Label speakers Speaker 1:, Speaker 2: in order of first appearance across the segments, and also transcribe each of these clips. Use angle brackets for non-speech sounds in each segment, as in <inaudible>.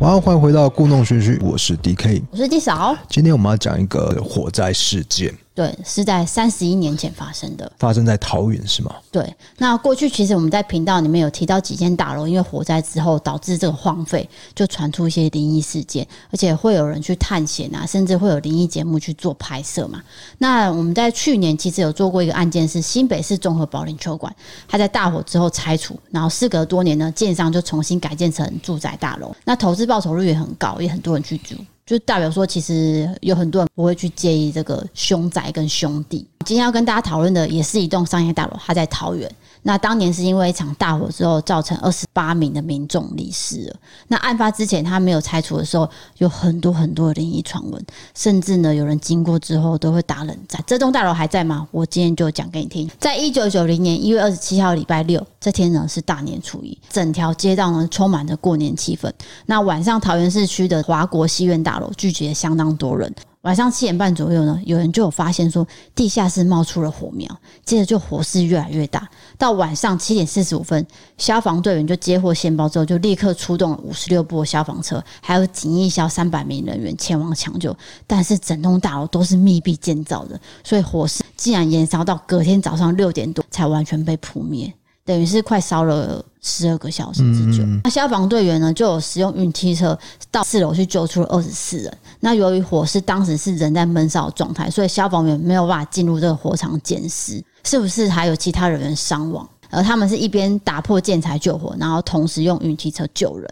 Speaker 1: 晚上欢迎回到故弄玄虚，我是 DK。
Speaker 2: 我是纪嫂，
Speaker 1: 今天我们要讲一个火灾事件，
Speaker 2: 对，是在三十一年前发生的。
Speaker 1: 发生在桃园是吗？
Speaker 2: 对，那过去其实我们在频道里面有提到几间大楼因为火灾之后导致这个荒废，就传出一些灵异事件，而且会有人去探险啊，甚至会有灵异节目去做拍摄嘛。那我们在去年其实有做过一个案件，是新北市综合保龄球馆，它在大火之后拆除，然后事隔多年呢，建商就重新改建成住宅大楼，那投资报酬率也很高，也很多人去住。就代表说，其实有很多人不会去介意这个凶宅跟兄弟。今天要跟大家讨论的也是一栋商业大楼，它在桃园。那当年是因为一场大火之后，造成二十八名的民众离世了。那案发之前，它没有拆除的时候，有很多很多的灵异传闻，甚至呢，有人经过之后都会打冷战。这栋大楼还在吗？我今天就讲给你听。在一九九零年一月二十七号，礼拜六，这天呢是大年初一，整条街道呢充满着过年气氛。那晚上，桃园市区的华国戏院大楼聚集了相当多人。晚上七点半左右呢，有人就有发现说地下室冒出了火苗，接着就火势越来越大。到晚上七点四十五分，消防队员就接获线报之后，就立刻出动了五十六部消防车，还有警义消三百名人员前往抢救。但是整栋大楼都是密闭建造的，所以火势竟然延烧到隔天早上六点多才完全被扑灭。等于是快烧了十二个小时之久。那消防队员呢，就有使用运梯车到四楼去救出了二十四人。那由于火势当时是人在闷烧的状态，所以消防员没有办法进入这个火场监视，是不是还有其他人员伤亡？而他们是一边打破建材救火，然后同时用运梯车救人。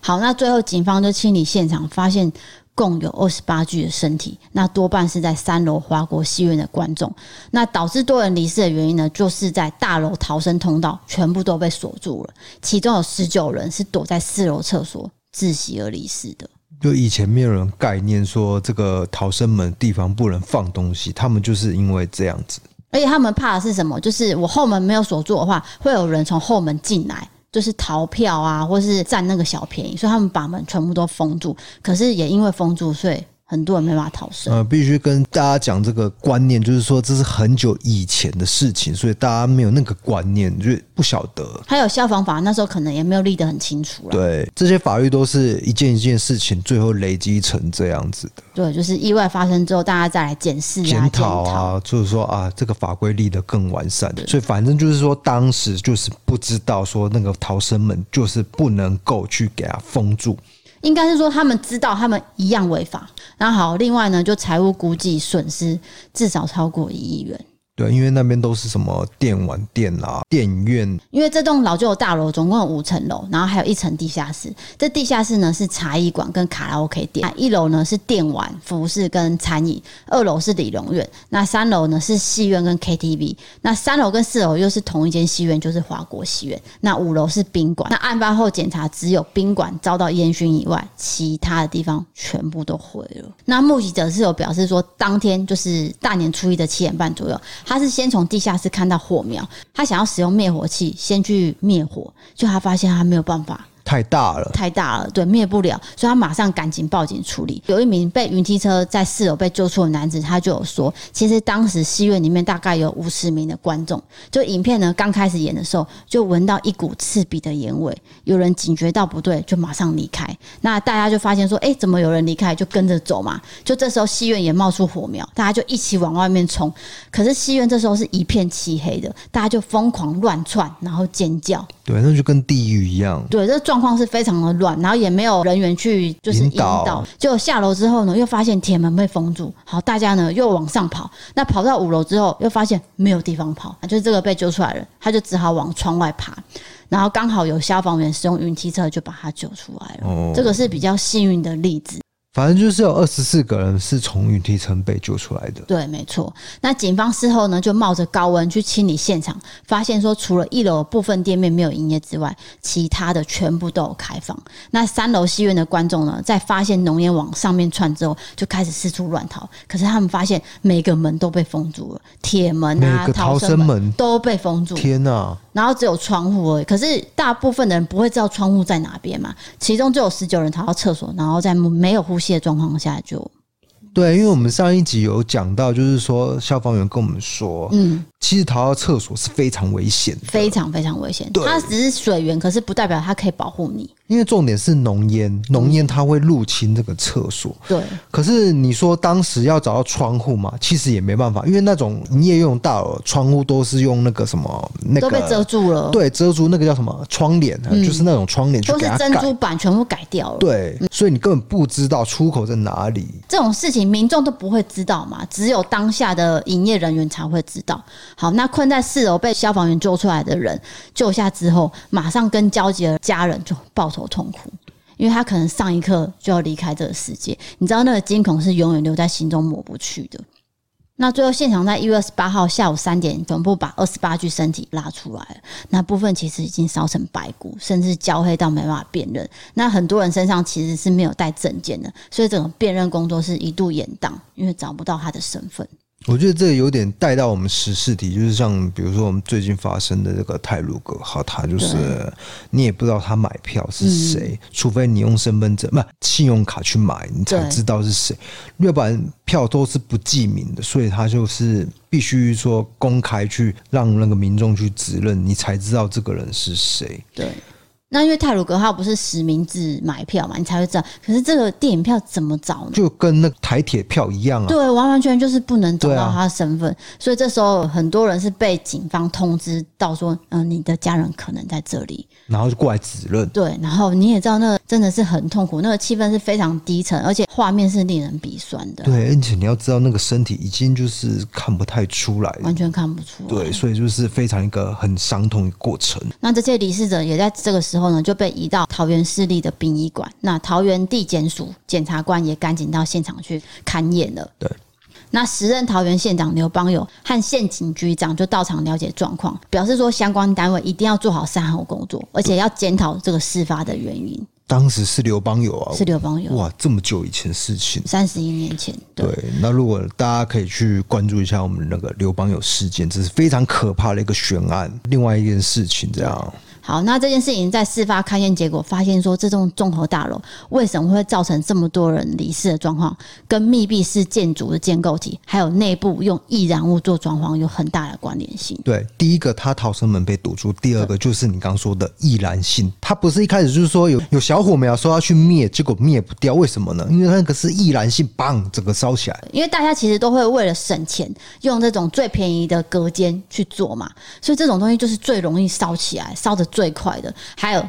Speaker 2: 好，那最后警方就清理现场，发现共有二十八具的身体，那多半是在三楼华国戏院的观众。那导致多人离世的原因呢，就是在大楼逃生通道全部都被锁住了，其中有十九人是躲在四楼厕所窒息而离世的。
Speaker 1: 就以前没有人概念说这个逃生门地方不能放东西，他们就是因为这样子。
Speaker 2: 而且他们怕的是什么？就是我后门没有锁住的话，会有人从后门进来，就是逃票啊，或是占那个小便宜，所以他们把门全部都封住。可是也因为封住，所以很多人没办法逃生。
Speaker 1: 呃，必须跟大家讲这个观念，就是说这是很久以前的事情，所以大家没有那个观念，就不晓得。
Speaker 2: 还有消防法那时候可能也没有立得很清楚了。
Speaker 1: 对，这些法律都是一件一件事情，最后累积成这样子的，
Speaker 2: 对，就是意外发生之后，大家再来检视啊、
Speaker 1: 检
Speaker 2: 检
Speaker 1: 讨
Speaker 2: 讨。
Speaker 1: 啊，就是说啊，这个法规立得更完善。所以反正就是说，当时就是不知道说那个逃生门就是不能够去给它封住，
Speaker 2: 应该是说他们知道他们一样违法。然后好，另外呢，就财务估计损失至少超过一亿元。
Speaker 1: 对，因为那边都是什么电玩店啊、电影院，
Speaker 2: 因为这栋老旧的大楼总共有五层楼，然后还有一层地下室。这地下室呢是茶艺馆跟卡拉 OK 店，一楼呢是电玩、服饰跟餐饮，二楼是理容院，那三楼呢是戏院跟 KTV，那三楼跟四楼又是同一间戏院，就是华国戏院。那五楼是宾馆。那案发后检查，只有宾馆遭到烟熏以外，其他的地方全部都毁了。那目击者是有表示说，当天就是大年初一的七点半左右，他是先从地下室看到火苗，他想要使用灭火器先去灭火，就他发现他没有办法，
Speaker 1: 太大了。
Speaker 2: 太大了，对，灭不了，所以他马上赶紧报警处理。有一名被云梯车在四楼被救出的男子，他就有说，其实当时戏院里面大概有五十名的观众，就影片呢刚开始演的时候，就闻到一股刺鼻的烟味，有人警觉到不对，就马上离开。那大家就发现说，哎、怎么有人离开？就跟着走嘛。就这时候戏院也冒出火苗，大家就一起往外面冲。可是戏院这时候是一片漆黑的，大家就疯狂乱窜，然后尖叫。
Speaker 1: 对，那就跟地狱一样。
Speaker 2: 对，这状况是非常的乱，然后也没有人员去就是
Speaker 1: 引
Speaker 2: 引
Speaker 1: 导
Speaker 2: 导。就下楼之后呢，又发现铁门被封住，好，大家呢又往上跑。那跑到五楼之后，又发现没有地方跑，就是这个被揪出来了，他就只好往窗外爬。然后刚好有消防员使用云梯车就把他救出来了，
Speaker 1: 哦
Speaker 2: 这个是比较幸运的例子。
Speaker 1: 反正就是有二十四个人是从云梯层被救出来的。
Speaker 2: 对，没错。那警方事后呢，就冒着高温去清理现场，发现说除了一楼部分店面没有营业之外，其他的全部都有开放。那三楼戏院的观众呢，在发现浓烟往上面窜之后，就开始四处乱逃。可是他们发现每个门都被封住了，铁门啊
Speaker 1: 每、个逃生门
Speaker 2: 都被封住，
Speaker 1: 天呐、啊
Speaker 2: 然后只有窗户而已。可是大部分的人不会知道窗户在哪边嘛，其中就有十九人逃到厕所，然后在没有呼吸的状况下就
Speaker 1: 对，因为我们上一集有讲到，就是说消防员跟我们说，
Speaker 2: 嗯。
Speaker 1: 其实逃到厕所是非常危险的。
Speaker 2: 非常非常危险。
Speaker 1: 对
Speaker 2: 它只是水源，可是不代表它可以保护你。
Speaker 1: 因为重点是浓烟，浓烟它会入侵这个厕所。
Speaker 2: 对，
Speaker 1: 可是你说当时要找到窗户嘛，其实也没办法，因为那种营业用大楼窗户都是用那个什么那
Speaker 2: 都
Speaker 1: 个
Speaker 2: 被遮住了，，
Speaker 1: 对遮住那个叫什么窗帘，就是那种窗帘去
Speaker 2: 都
Speaker 1: 给
Speaker 2: 是
Speaker 1: 它
Speaker 2: 珍珠
Speaker 1: 盖。
Speaker 2: 板全部改掉了。
Speaker 1: 对，所以你根本不知道出口在哪里。
Speaker 2: 这种事情民众都不会知道嘛，只有当下的营业人员才会知道。好，那困在四楼被消防员救出来的人，救下之后，马上跟焦急的家人就抱头痛哭。因为他可能上一刻就要离开这个世界，你知道那个惊恐是永远留在心中抹不去的。那最后，现场在一月二十八号下午三点，总部把二十八具身体拉出来了。那部分其实已经烧成白骨，甚至焦黑到没办法辨认。那很多人身上其实是没有带证件的，所以整个辨认工作是一度延宕，因为找不到他的身份。
Speaker 1: 我觉得这有点带到我们时事题，就是像比如说我们最近发生的这个泰鲁格哈塔，就是你也不知道他买票是谁，除非你用身份证不信用卡去买，你才
Speaker 2: 对
Speaker 1: 知道是谁，要不然票都是不记名的，所以他就是必须说公开去让那个民众去指认，你才知道这个人是谁。
Speaker 2: 对，那因为泰鲁格号不是实名制买票嘛，你才会知道。可是这个电影票怎么找呢？
Speaker 1: 就跟那个台铁票一样啊。
Speaker 2: 对，完完全全就是不能找
Speaker 1: 对
Speaker 2: 到
Speaker 1: 啊
Speaker 2: 他的身份，所以这时候很多人是被警方通知到说，嗯、你的家人可能在这里。
Speaker 1: 然后就过来指认，
Speaker 2: 对，然后你也知道，那个真的是很痛苦，那个气氛是非常低沉，而且画面是令人鼻酸的，
Speaker 1: 对，而且你要知道那个身体已经就是看不太出来，
Speaker 2: 完全看不出来。
Speaker 1: 对，所以就是非常一个很伤痛的过程。
Speaker 2: 那这些离世者也在这个时候呢，就被移到桃园市立的殡仪馆。那桃园地检署检察官也赶紧到现场去勘验了。
Speaker 1: 对。
Speaker 2: 那时任桃园县长刘邦友和县警局长就到场了解状况，表示说相关单位一定要做好善后工作，而且要检讨这个事发的原因。
Speaker 1: 当时是刘邦友啊
Speaker 2: 是，刘邦友，
Speaker 1: 哇，这么久以前的事情。
Speaker 2: 三十一年前，对
Speaker 1: 对，那如果大家可以去关注一下我们那个刘邦友事件，这是非常可怕的一个悬案。另外一件事情，这样
Speaker 2: 好，那这件事情在事发勘验结果发现说，这栋综合大楼为什么会造成这么多人离世的状况，跟密闭式建筑的建构体，还有内部用易燃物做装潢有很大的关联性。
Speaker 1: 对，第一个他逃生门被堵住，第二个就是你刚说的易燃性，它不是一开始就是说有有小火苗说要去灭，结果灭不掉，为什么呢？因为它那个是易燃性，砰，整个烧起来。
Speaker 2: 因为大家其实都会为了省钱，用这种最便宜的隔间去做嘛，所以这种东西就是最容易烧起来、烧得最快的。还有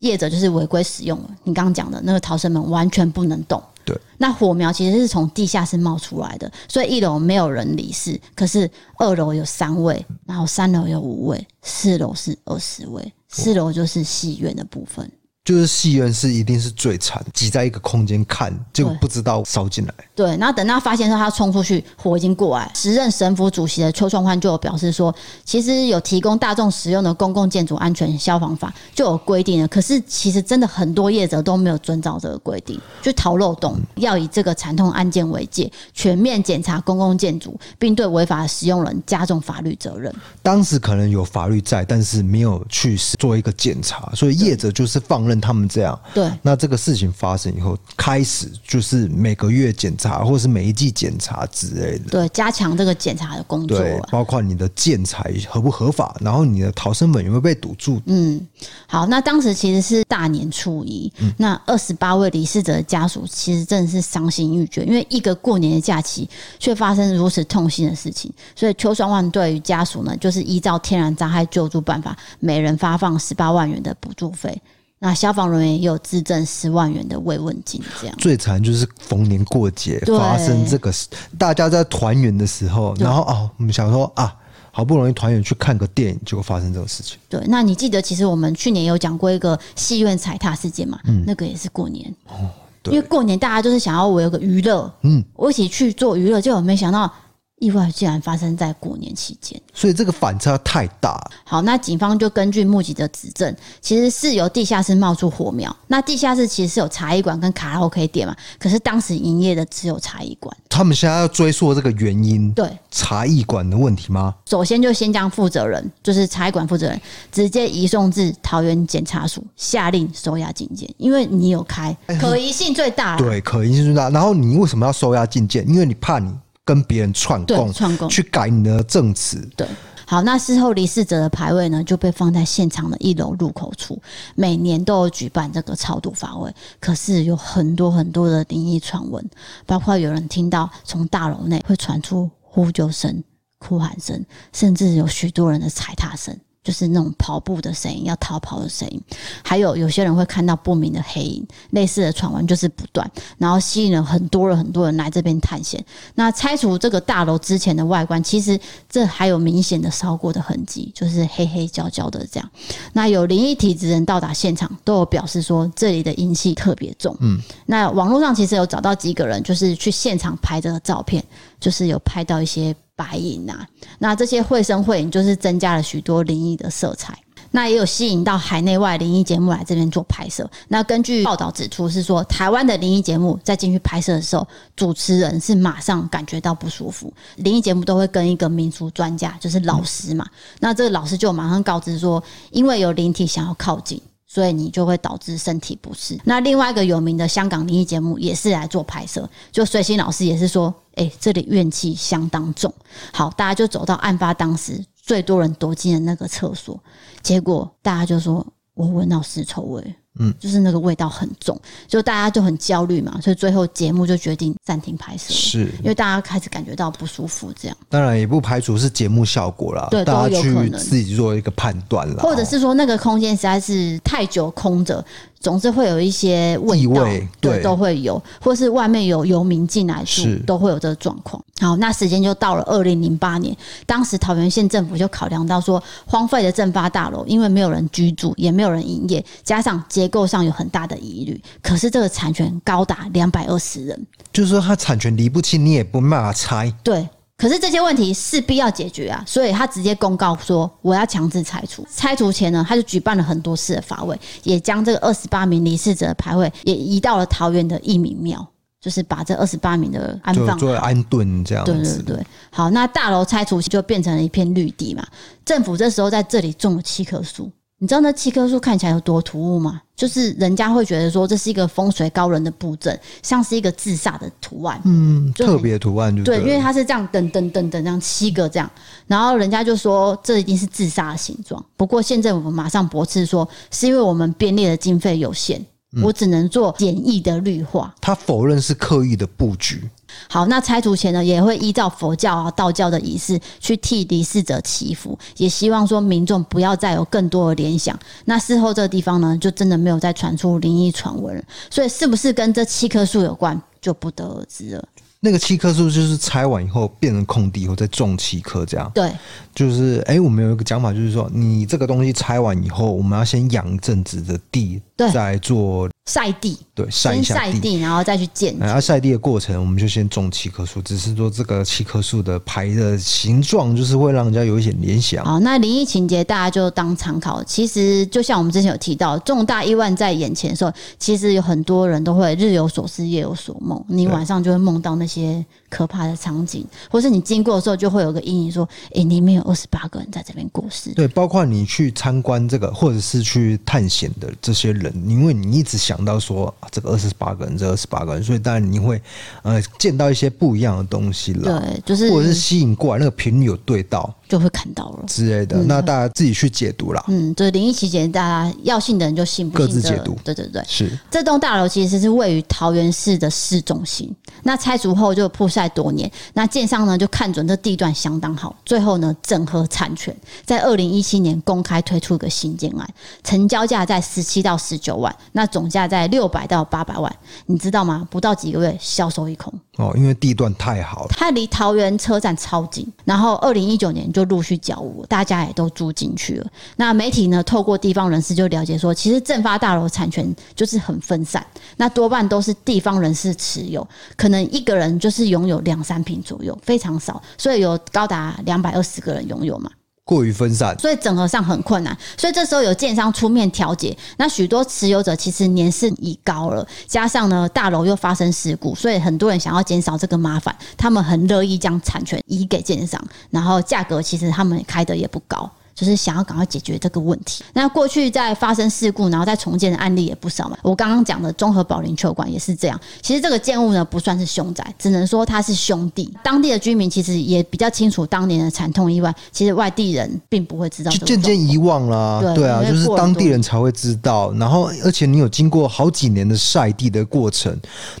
Speaker 2: 业者就是违规使用了，你刚刚讲的那个逃生门完全不能动。
Speaker 1: 对，
Speaker 2: 那火苗其实是从地下室冒出来的，所以一楼没有人离世，可是二楼有三位，然后三楼有五位，四楼是二十位，四楼就是戏院的部分。
Speaker 1: 就是戏院是一定是最惨，挤在一个空间看，结果不知道烧进来。
Speaker 2: 对，然后等他发现之后，他冲出去，火已经过来。时任神府主席的邱创欢就有表示说，其实有提供大众使用的公共建筑安全消防法就有规定了，可是其实真的很多业者都没有遵照这个规定，就逃漏洞，要以这个惨痛案件为界，全面检查公共建筑，并对违法使用人加重法律责任。
Speaker 1: 当时可能有法律在，但是没有去做一个检查，所以业者就是放任他们这样。
Speaker 2: 对
Speaker 1: 那这个事情发生以后，开始就是每个月检查，或是每一季检查之类的。
Speaker 2: 对，加强这个检查的工作
Speaker 1: 对
Speaker 2: 啊，。
Speaker 1: 包括你的建材合不合法，然后你的逃生门有没有被堵住，
Speaker 2: 嗯，好，那当时其实是大年初一，那二十八位离世者的家属其实真的是伤心欲绝，因为一个过年的假期却发生如此痛心的事情，所以邱双万对于家属呢，就是依照天然灾害救助办法，每人发放十八万元的补助费，那消防人员也有自赠十万元的慰问金，这样。
Speaker 1: 最惨就是逢年过节
Speaker 2: 对
Speaker 1: 发生这个事，大家在团圆的时候，然后哦，我们想说啊，好不容易团圆去看个电影，结果发生这种事情。
Speaker 2: 对，那你记得其实我们去年有讲过一个戏院踩踏事件嘛？那个也是过年。因
Speaker 1: 对
Speaker 2: 为过年大家就是想要我有个娱乐，嗯，我一起去做娱乐，结果没想到意外竟然发生在过年期间。
Speaker 1: 所以这个反差太大了。
Speaker 2: 好，那警方就根据目击的指证，其实是由地下室冒出火苗。那地下室其实是有茶艺馆跟卡拉 OK 店嘛，可是当时营业的只有茶艺馆。
Speaker 1: 他们现在要追溯这个原因，
Speaker 2: 对，
Speaker 1: 茶艺馆的问题吗？
Speaker 2: 首先就先将负责人，就是茶艺馆负责人，直接移送至桃园检察署，下令收押禁见，因为你有开，可疑性最大啦。
Speaker 1: 对，可疑性最大。然后你为什么要收押禁见？因为你怕你跟别人串
Speaker 2: 对
Speaker 1: 供，
Speaker 2: 串供
Speaker 1: 去改你的证词。
Speaker 2: 对，好，那事后离世者的牌位呢就被放在现场的一楼入口处，每年都有举办这个超度法会，可是有很多很多的灵异传闻，包括有人听到从大楼内会传出呼救声、哭喊声，甚至有许多人的踩踏声。就是那种跑步的声音，要逃跑的声音，还有有些人会看到不明的黑影，类似的传闻就是不断，然后吸引了很多人很多人来这边探险。那拆除这个大楼之前的外观，其实这还有明显的烧过的痕迹，就是黑黑焦焦的这样。那有灵异体质人到达现场，都有表示说这里的阴气特别重。嗯，那网络上其实有找到几个人，就是去现场拍的照片，就是有拍到一些白影啊，那这些绘声绘影就是增加了许多灵异的色彩。那也有吸引到海内外灵异节目来这边做拍摄。那根据报道指出，是说台湾的灵异节目在进去拍摄的时候，主持人是马上感觉到不舒服。灵异节目都会跟一个民俗专家，就是老师嘛。那这个老师就马上告知说，因为有灵体想要靠近，所以你就会导致身体不适。那另外一个有名的香港灵异节目也是来做拍摄，就随心老师也是说，哎、这里怨气相当重。好，大家就走到案发当时最多人躲进的那个厕所，结果大家就说我闻到尸臭味。嗯，就是那个味道很重，就大家就很焦虑嘛，所以最后节目就决定暂停拍摄，
Speaker 1: 是，
Speaker 2: 因为大家开始感觉到不舒服，这样，
Speaker 1: 当然也不排除是节目效果啦，
Speaker 2: 对
Speaker 1: 大
Speaker 2: 都
Speaker 1: 家
Speaker 2: 有可
Speaker 1: 去
Speaker 2: 能
Speaker 1: 自己做一个判断啦，
Speaker 2: 或者是说那个空间实在是太久空着，总是会有一些味
Speaker 1: 异
Speaker 2: 道，
Speaker 1: 味对
Speaker 2: 都会有，或是外面有游民进来住
Speaker 1: 是，
Speaker 2: 都会有这个状况。好，那时间就到了二零零八年，当时桃园县政府就考量到说，荒废的政发大楼因为没有人居住，也没有人营业，加上结构上有很大的疑虑，可是这个产权高达两百二十人，
Speaker 1: 就是说它产权离不清，你也不骂拆，
Speaker 2: 对。可是这些问题势必要解决啊，所以他直接公告说我要强制拆除。拆除前呢，他就举办了很多次的法会，也将这个二十八名离世者的牌位也移到了桃园的义民庙，就是把这二十八名的安
Speaker 1: 就
Speaker 2: 放
Speaker 1: 做安顿这样
Speaker 2: 对
Speaker 1: 子
Speaker 2: 对，对，好，那大楼拆除就变成了一片绿地嘛。政府这时候在这里种了七棵树，你知道那七棵树看起来有多突兀吗？就是人家会觉得说这是一个风水高人的布阵，像是一个自煞的图案。
Speaker 1: 嗯，
Speaker 2: 就很
Speaker 1: 特别图案就
Speaker 2: 对，
Speaker 1: 了
Speaker 2: 因为它是这样等等等等这样七个这样，然后人家就说这一定是自杀的形状。不过县政府马上驳斥说，是因为我们编列的经费有限，
Speaker 1: 嗯
Speaker 2: 我只能做简易的绿化。
Speaker 1: 他否认是刻意的布局，
Speaker 2: 好，那拆除前呢，也会依照佛教啊、道教的仪式去替离世者祈福，也希望说民众不要再有更多的联想。那事后这个地方呢，就真的没有再传出灵异传闻了，所以是不是跟这七棵树有关，就不得而知了。
Speaker 1: 那个七棵树就是拆完以后变成空地以后再种七棵这样。
Speaker 2: 对，
Speaker 1: 就是哎、我们有一个讲法，就是说你这个东西拆完以后，我们要先养一阵子的地
Speaker 2: 对，
Speaker 1: 再做
Speaker 2: 晒地，
Speaker 1: 对晒一
Speaker 2: 先
Speaker 1: 下
Speaker 2: 晒
Speaker 1: 地。
Speaker 2: 地，然后再去建
Speaker 1: 然后晒地的过程，我们就先种七棵树，只是说这个七棵树的牌的形状，就是会让人家有一些联想。
Speaker 2: 好，那灵异情节大家就当参考。其实就像我们之前有提到，重大意外在眼前的时候，其实有很多人都会日有所思，夜有所梦。你
Speaker 1: 对
Speaker 2: 晚上就会梦到那些可怕的场景，或是你经过的时候就会有个阴影，说：“诶、里面有二十八个人在这边过世。
Speaker 1: 对，包括你去参观这个，或者是去探险的这些人，因为你一直想到说、啊这个二十八个人，这二十八个人，所以当然你会呃见到一些不一样的东西”啦，
Speaker 2: 对，就
Speaker 1: 或者是
Speaker 2: 是
Speaker 1: 吸引过来那个频率有对到
Speaker 2: 就会看到了。
Speaker 1: 之类的，那大家自己去解读啦。
Speaker 2: 嗯，就是灵异情节，大家要信的人就信，不
Speaker 1: 各
Speaker 2: 信
Speaker 1: 自
Speaker 2: 这
Speaker 1: 解读
Speaker 2: 对对对。
Speaker 1: 是
Speaker 2: 这栋大楼其实是位于桃园市的市中心。那拆除后就曝晒多年，那建商呢就看准这地段相当好，最后呢整合产权，在二零一七年公开推出一个新建案，成交价在十七到十九万，那总价在六百到八百万，你知道吗？不到几个月销售一空。
Speaker 1: 哦，因为地段太好了，
Speaker 2: 它离桃园车站超近，然后二零一九年就陆续交屋，大家也都住进去了。那媒体呢，透过地方人士就了解说，其实正发大楼产权就是很分散，那多半都是地方人士持有，可能一个人就是拥有两三平左右，非常少，所以有高达两百二十个人拥有嘛。
Speaker 1: 过于分散，
Speaker 2: 所以整合上很困难。所以这时候有建商出面调解，那许多持有者其实年事已高了，加上呢大楼又发生事故，所以很多人想要减少这个麻烦，他们很乐意将产权移给建商，然后价格其实他们开的也不高。就是想要赶快解决这个问题。那过去在发生事故，然后再重建的案例也不少嘛。我刚刚讲的综合保龄球馆也是这样。其实这个建物呢，不算是凶宅，只能说它是兄弟。当地的居民其实也比较清楚当年的惨痛意外，其实外地人并不会知道这
Speaker 1: 就
Speaker 2: 个
Speaker 1: 渐渐
Speaker 2: 状况
Speaker 1: 遗忘啦
Speaker 2: 对，
Speaker 1: 对啊，
Speaker 2: 因为
Speaker 1: 就是
Speaker 2: 过了
Speaker 1: 当地
Speaker 2: 多
Speaker 1: 人才会知道。然后，而且你有经过好几年的晒地的过程，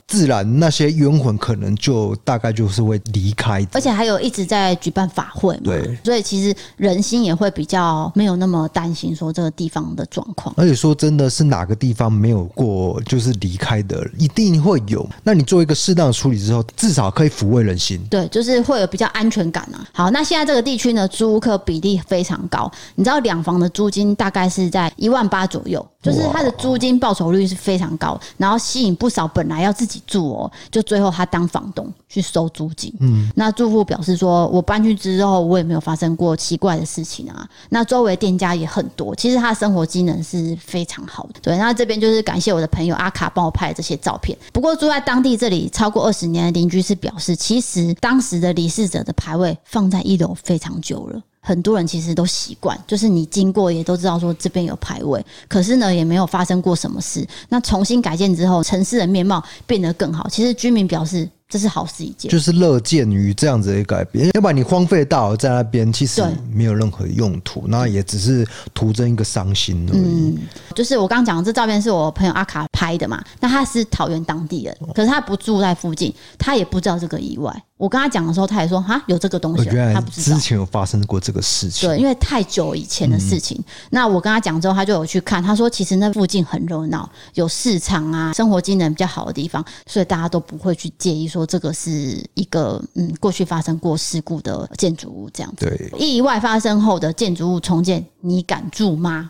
Speaker 1: 自然那些冤魂可能就大概就是会离开的。
Speaker 2: 而且还有一直在举办法会嘛，
Speaker 1: 对
Speaker 2: 所以其实人心也会比较没有那么担心说这个地方的状况。
Speaker 1: 而且说真的，是哪个地方没有过就是离开的，一定会有。那你做一个适当的处理之后，至少可以抚慰人心。
Speaker 2: 对，就是会有比较安全感啊。好，那现在这个地区呢，租客比例非常高，你知道两房的租金大概是在一万八左右，就是它的租金报酬率是非常高，然后吸引不少本来要自己住哦，就最后他当房东去收租金。嗯，那住户表示说，我搬去之后，我也没有发生过奇怪的事情啊。那周围店家也很多，其实他的生活机能是非常好的。对，那这边就是感谢我的朋友阿卡帮我拍的这些照片。不过住在当地这里超过二十年的邻居是表示，其实当时的离世者的牌位放在一楼非常久了。很多人其实都习惯，就是你经过也都知道说这边有牌位，可是呢也没有发生过什么事。那重新改建之后，城市的面貌变得更好。其实居民表示这是好事一件，
Speaker 1: 就是乐见于这样子的改变，要不然你荒废大楼在那边，其实
Speaker 2: 对
Speaker 1: 没有任何用途，那也只是徒增一个伤心而
Speaker 2: 嗯
Speaker 1: 已。
Speaker 2: 就是我刚讲的这照片是我朋友阿卡拍的嘛，那他是桃园当地
Speaker 1: 哦
Speaker 2: 人，可是他不住在附近，他也不知道这个意外。我跟他讲的时候，他也说哈有这个东
Speaker 1: 我
Speaker 2: 西
Speaker 1: 原
Speaker 2: 哦，
Speaker 1: 来
Speaker 2: 他不知道
Speaker 1: 之。前有发生过这个事情，
Speaker 2: 对，因为太久以前的事
Speaker 1: 嗯
Speaker 2: 情。那我跟他讲之后，他就有去看，他说其实那附近很热闹，有市场啊，生活机能比较好的地方，所以大家都不会去介意说这个是一个嗯过去发生过事故的建筑物这样子。
Speaker 1: 对，
Speaker 2: 意外发生后的建筑物重建，你敢住吗？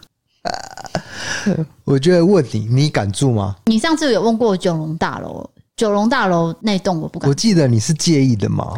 Speaker 1: 我觉得问你，你敢住吗？
Speaker 2: 你上次有问过我九龙大楼，九龙大楼那栋我不敢
Speaker 1: 我。记得你是介意的嘛。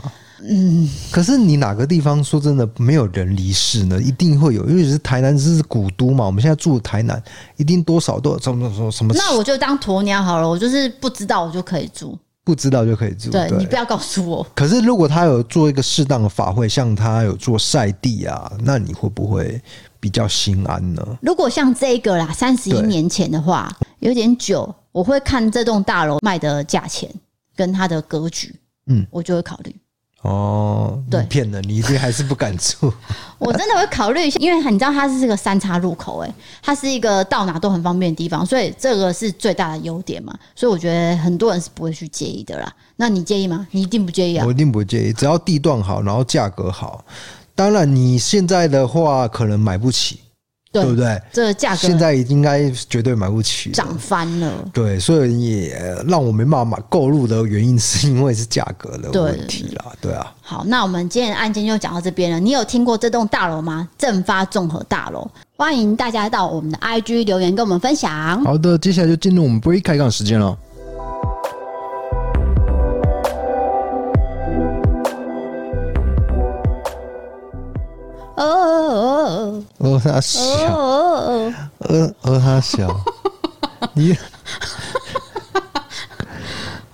Speaker 1: 嗯，可是你哪个地方说真的没有人离世呢？一定会有，尤其是台南，这是古都嘛。我们现在住台南，一定多少都有什么什么什么，
Speaker 2: 那我就当鸵鸟好了，我就是不知道我就可以住。
Speaker 1: 不知道就可以住。
Speaker 2: 对你不要告诉我，
Speaker 1: 可是如果他有做一个适当的法会，像他有做晒地啊，那你会不会比较心安呢？
Speaker 2: 如果像这个啦，三十一
Speaker 1: 对
Speaker 2: 年前的话，有点久，我会看这栋大楼卖的价钱跟它的格局，
Speaker 1: 嗯，
Speaker 2: 我就会考虑。
Speaker 1: 哦，你
Speaker 2: 对
Speaker 1: 骗人，你一定还是不敢
Speaker 2: <laughs>
Speaker 1: 住。
Speaker 2: 我真的会考虑一下，因为你知道它是这个三叉路口、欸，它是一个到哪都很方便的地方，所以这个是最大的优点嘛。所以我觉得很多人是不会去介意的啦。那你介意吗？你一定不介意啊
Speaker 1: 我一。定不介意，只要地段好，然后价格好。当然，你现在的话可能买不起，对不
Speaker 2: 对，
Speaker 1: 对？
Speaker 2: 这个价格
Speaker 1: 现在应该绝对买不起了
Speaker 2: 涨翻了。
Speaker 1: 对，所以也呃让我没办法买购入的原因是因为是价格的
Speaker 2: 对
Speaker 1: 问题啦，对啊。
Speaker 2: 好，那我们今天的案件就讲到这边了。你有听过这栋大楼吗？正发综合大楼，欢迎大家到我们的 IG 留言跟我们分享。
Speaker 1: 好的，接下来就进入我们 break 开杠时间了。
Speaker 2: 哦哦
Speaker 1: 呃，他
Speaker 2: 哦
Speaker 1: 小，
Speaker 2: 哦，
Speaker 1: 呃呃，他小，
Speaker 2: <laughs>
Speaker 1: 你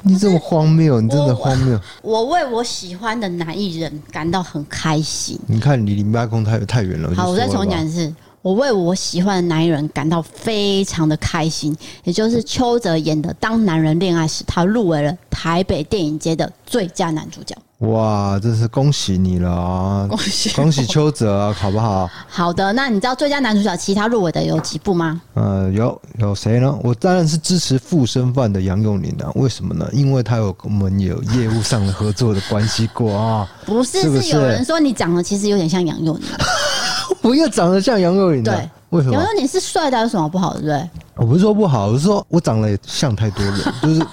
Speaker 1: 你这么荒谬，你真的荒谬。
Speaker 2: 我为我喜欢的男艺人感到很开心。
Speaker 1: 你看你离麦克风太太远了。就
Speaker 2: 好，我再
Speaker 1: 说
Speaker 2: 重
Speaker 1: 了
Speaker 2: 新
Speaker 1: 吧
Speaker 2: 讲一次。我为我喜欢的男人感到非常的开心，也就是邱泽演的《当男人恋爱时》，他入围了台北电影节的最佳男主
Speaker 1: <laughs>
Speaker 2: 角。
Speaker 1: 哇，真是恭喜你了啊！
Speaker 2: 恭喜
Speaker 1: 恭喜邱泽啊，好不好？
Speaker 2: 好的，那你知道最佳男主角其他入围的有几部吗？
Speaker 1: 呃，有有谁呢？我当然是支持附身犯的杨永宁啊。为什么呢？因为他有跟我们有业务上的合作的关系过
Speaker 2: <laughs>
Speaker 1: 啊。
Speaker 2: 不是，
Speaker 1: 是不
Speaker 2: 有
Speaker 1: 是
Speaker 2: 人说你长得其实有点像杨佑宁，
Speaker 1: <laughs> 我又长得像杨永宁、啊
Speaker 2: 对，
Speaker 1: 为什
Speaker 2: 杨
Speaker 1: 么
Speaker 2: 佑？宁是帅的，有什么不好，对不对？
Speaker 1: 我不是说不好，我是说我长得也像太多人，
Speaker 2: <laughs>
Speaker 1: 就是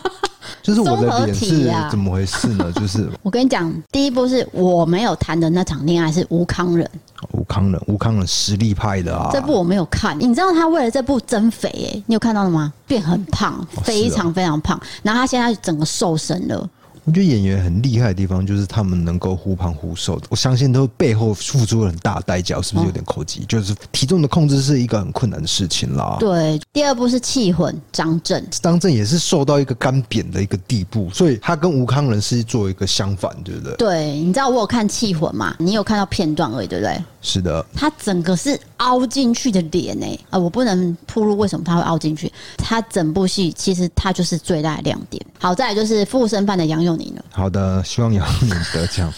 Speaker 1: 就是我
Speaker 2: 综合
Speaker 1: 的脸
Speaker 2: 体
Speaker 1: 是
Speaker 2: 啊
Speaker 1: 怎么回事呢？就是
Speaker 2: 我跟你讲，第一部是我没有谈的那场恋爱是吴康仁，
Speaker 1: 吴康仁，吴康仁实力派的啊。
Speaker 2: 这部我没有看。你知道他为了这部增肥、欸，你有看到了吗？变很胖，
Speaker 1: 哦
Speaker 2: 非常非常胖。然后他现在整个瘦身了，
Speaker 1: 我觉得演员很厉害的地方就是他们能够忽胖忽瘦的，我相信都背后付出了很大的代价，是不是
Speaker 2: 嗯
Speaker 1: 有点口急？就是体重的控制是一个很困难的事情啦。
Speaker 2: 对，第二部是气混张震，
Speaker 1: 张震也是瘦到一个干扁的一个地步，所以他跟吴康仁是做一个相反，对不对？
Speaker 2: 对，你知道我有看气混嘛？你有看到片段而已，对不对？
Speaker 1: 是的，
Speaker 2: 他整个是凹进去的脸诶、啊，我不能铺路为什么他会凹进去。他整部戏其实他就是最大的亮点。好，再来就是附身犯的杨佑宁了。
Speaker 1: 好的，希望杨颖得
Speaker 2: <laughs>
Speaker 1: 奖。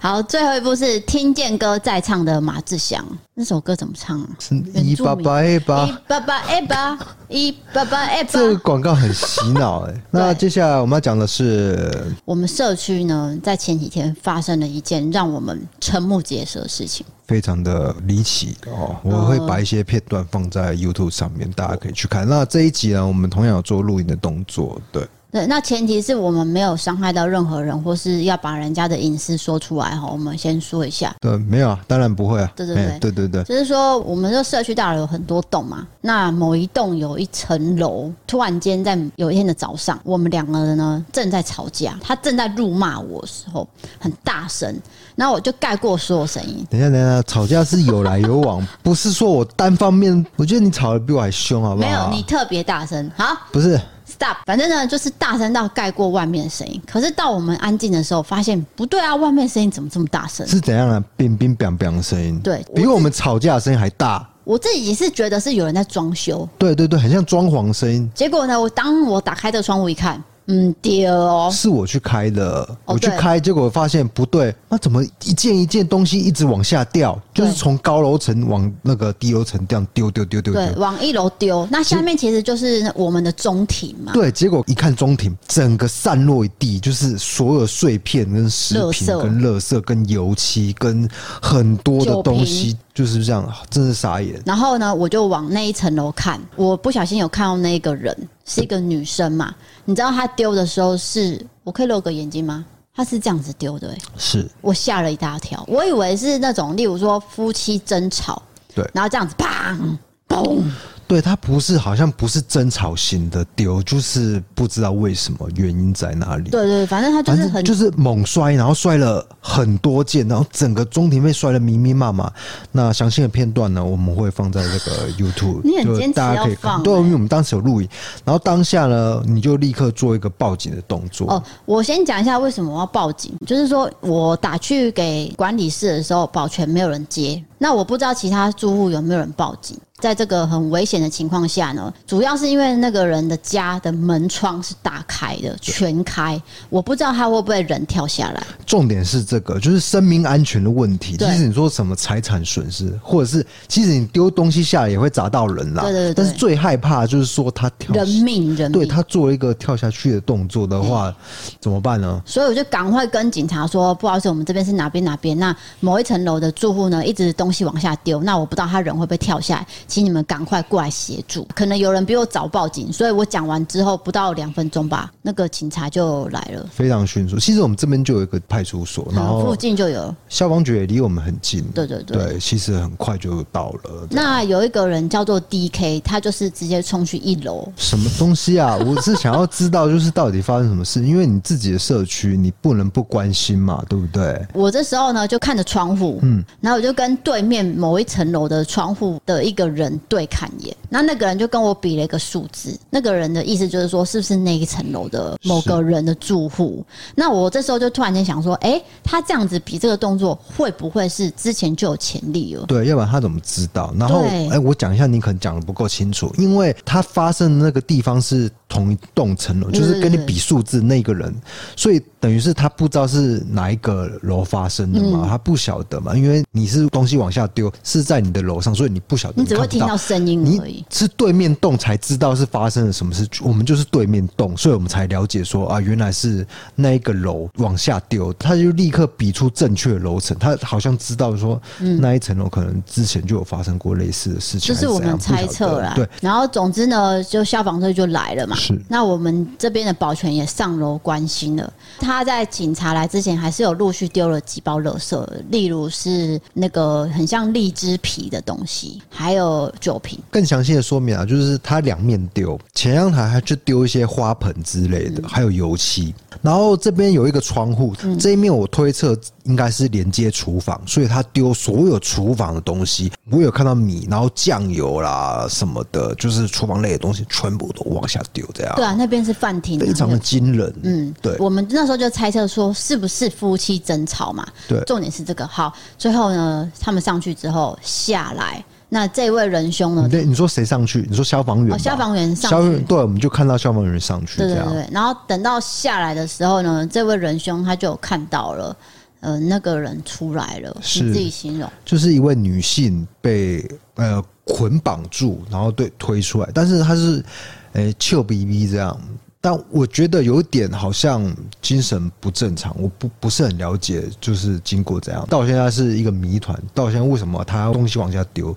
Speaker 2: 好，最后一部是听见歌在唱的马志祥，那首歌怎么唱啊？
Speaker 1: 是一八八一
Speaker 2: 一
Speaker 1: 八，
Speaker 2: 八八哎八，一八八哎八
Speaker 1: 这。个广告很洗脑
Speaker 2: <laughs>
Speaker 1: 哎、那接下来我们要讲的是，
Speaker 2: 我们社区呢，在前几天发生了一件让我们瞠目结舌的事情。
Speaker 1: 非常的离奇哦，我会把一些片段放在 YouTube 上面，大家可以去看。那这一集呢，我们同样有做录影的动作，对，
Speaker 2: 对，那前提是我们没有伤害到任何人，或是要把人家的隐私说出来哈。我们先说一下，
Speaker 1: 对，没有啊，当然不会啊，
Speaker 2: 对对对
Speaker 1: 哎对对对，
Speaker 2: 就是说我们这社区大楼有很多栋嘛，那某一栋有一层楼，突然间在有一天的早上，我们两个人呢正在吵架，他正在辱骂我的时候很大声，然后我就盖过所有声音。
Speaker 1: 等一下，等一下，吵架是有来有
Speaker 2: <laughs>
Speaker 1: 往，不是说我单方面。我觉得你吵得比我还凶，好不
Speaker 2: 没
Speaker 1: 好？
Speaker 2: 有，你特别大声，好
Speaker 1: 不是，
Speaker 2: ，stop。反正呢，就是大声到盖过外面的声音。可是到我们安静的时候，发现不对啊，外面声音怎么这么大声？
Speaker 1: 是怎样啊？冰冰冰冰的声音，
Speaker 2: 对
Speaker 1: 比我们吵架的声音还大。
Speaker 2: 我自己是觉得是有人在装修，
Speaker 1: 对对对，很像装潢声音，
Speaker 2: 结果呢，我当我打开这个窗户一看，嗯，丢哦，
Speaker 1: 是我去开的，
Speaker 2: 哦
Speaker 1: 我去
Speaker 2: 对
Speaker 1: 开，结果发现不对，那怎么一件一件东西一直往下掉，就是
Speaker 2: 对
Speaker 1: 从高楼层往那个低楼层这样丢丢丢丢
Speaker 2: 对，
Speaker 1: 丢。
Speaker 2: 往一楼丢。那下面其实就是我们的中庭嘛，
Speaker 1: 对，结果一看中庭，整个散落一地，就是所有碎片、跟食品、
Speaker 2: 垃圾
Speaker 1: 跟垃圾、跟油漆、跟很多的
Speaker 2: 酒
Speaker 1: 东
Speaker 2: 瓶
Speaker 1: 西，就是这样，啊真是傻眼。
Speaker 2: 然后呢，我就往那一层楼看，我不小心有看到那一个人是一个女生嘛，你知道她丢的时候是，我可以露个眼睛吗？她是这样子丢的、欸，
Speaker 1: 是
Speaker 2: 我吓了一大跳，我以为是那种，例如说夫妻争吵，
Speaker 1: 对
Speaker 2: 然后这样子砰砰，
Speaker 1: 对，它不是好像不是争吵型的丢，就是不知道为什么原因在哪里。
Speaker 2: 对对，反正她就
Speaker 1: 反
Speaker 2: 是
Speaker 1: 正
Speaker 2: 很
Speaker 1: 就是猛摔，然后摔了很多件，然后整个中庭被摔得密密麻麻。那详细的片段呢，我们会放在这个 YouTube，
Speaker 2: 你很
Speaker 1: 就
Speaker 2: 坚持
Speaker 1: 大家可以
Speaker 2: 要放
Speaker 1: 看。对，啊
Speaker 2: 欸
Speaker 1: 因为我们当时有录影，然后当下呢，你就立刻做一个报警的动作。
Speaker 2: 哦，我先讲一下为什么我要报警，就是说我打去给管理室的时候，保全没有人接，那我不知道其他住户有没有人报警。在这个很危险的情况下呢，主要是因为那个人的家的门窗是打开的，全开，我不知道他会不会人跳下来。
Speaker 1: 重点是这个，就是生命安全的问题。
Speaker 2: 对
Speaker 1: 其实你说什么财产损失，或者是其实你丢东西下来也会砸到人啦。
Speaker 2: 对对对
Speaker 1: 但是最害怕哦就是说他跳
Speaker 2: 人命，哎人
Speaker 1: 对
Speaker 2: 命。
Speaker 1: 他做了一个跳下去的动作的话，怎么办呢？
Speaker 2: 所以我就赶快跟警察说，不好意思，我们这边是哪边哪边。那某一层楼的住户呢，一直东西往下丢，那我不知道他人会不会跳下来，请你们赶快过来协助。可能有人比我早报警，所以我讲完之后不到两分钟吧，那个警察就来了，
Speaker 1: 非常迅速。其实我们这边就有一个派出所，然
Speaker 2: 然后
Speaker 1: 后
Speaker 2: 附近就有。
Speaker 1: 消防局也离我们很近。
Speaker 2: 对对对
Speaker 1: 其实很快就到了。
Speaker 2: 那有一个人叫做 DK，他就是直接冲去一楼。
Speaker 1: 什么东西啊？ <laughs> 我是想要知道，就是到底发生什么事？因为你自己的社区，你不能不关心嘛，对不对？
Speaker 2: 我这时候呢就看着窗户，嗯，然后我就跟对面某一层楼的窗户的一个人对看一眼，那那个人就跟我比了一个数字，那个人的意思就是说是不是那一层楼的某个人的住户？那我这时候就突然间想说，诶，他这样子比这个动作会不会是之前就有潜力了？
Speaker 1: 对，要不然他怎么知道？然后，
Speaker 2: 哦对
Speaker 1: 哎、我讲一下，你可能讲的不够清楚，因为他发生的那个地方是同一栋层楼，
Speaker 2: 对
Speaker 1: 就是跟你
Speaker 2: 对
Speaker 1: 比数字那个人，所以等于是他不知道是哪一个楼发生的
Speaker 2: 嗯
Speaker 1: 嘛，他不晓得嘛，因为你是东西往下丢，是在你的楼上，所以你不晓得，
Speaker 2: 你只会
Speaker 1: 看不
Speaker 2: 听到声音而
Speaker 1: 你
Speaker 2: 已。
Speaker 1: 是对面栋才知道是发生了什么事，我们就是对面栋，所以我们才了解说啊，原来是那一个楼往下丢，他就立刻比出正确的楼层，他好像知道说那一层楼可能之前就有发生过类似的事情，
Speaker 2: 这是我
Speaker 1: 还
Speaker 2: 们
Speaker 1: 怎样
Speaker 2: 猜测啦
Speaker 1: 不晓得对，。
Speaker 2: 然后总之呢，就消防队就来了嘛。
Speaker 1: 是
Speaker 2: 那我们这边的保全也上楼关心了。他他在警察来之前，还是有陆续丢了几包垃圾，例如是那个很像荔枝皮的东西，还有酒瓶。
Speaker 1: 更详细的说明啊，就是它两面丢，前阳台还就丢一些花盆之类
Speaker 2: 嗯
Speaker 1: 的，还有油漆。然后这边有一个窗户，这一面我推测应该是连接厨房，所以他丢所有厨房的东西。我有看到米，然后酱油啦什么的，就是厨房类的东西全部都往下丢，这样
Speaker 2: 对啊，那边是饭厅啊，
Speaker 1: 非常的惊人。
Speaker 2: 嗯，
Speaker 1: 对
Speaker 2: 我们那时候就猜测说是不是夫妻争吵嘛？
Speaker 1: 对
Speaker 2: 重点是这个。好，最后呢，他们上去之后下来，那这位仁兄呢哦
Speaker 1: 你？对你说谁上去？你说消防员吧、
Speaker 2: 哦，消防员上
Speaker 1: 消防
Speaker 2: 去
Speaker 1: 员，，对，我们就看到消防员上去
Speaker 2: 对
Speaker 1: 这
Speaker 2: 对
Speaker 1: 样。
Speaker 2: 对。然后等到下来的时候呢，这位仁兄他就有看到了，呃，那个人出来了，
Speaker 1: 是
Speaker 2: 你自己形容。
Speaker 1: 就是一位女性被呃捆绑住，然后对推出来，但是她是呃翘 B B 这样，但我觉得有点好像精神不正常，我不不是很了解，就是经过这样到现在是一个谜团，到现在为什么她东西往下丢，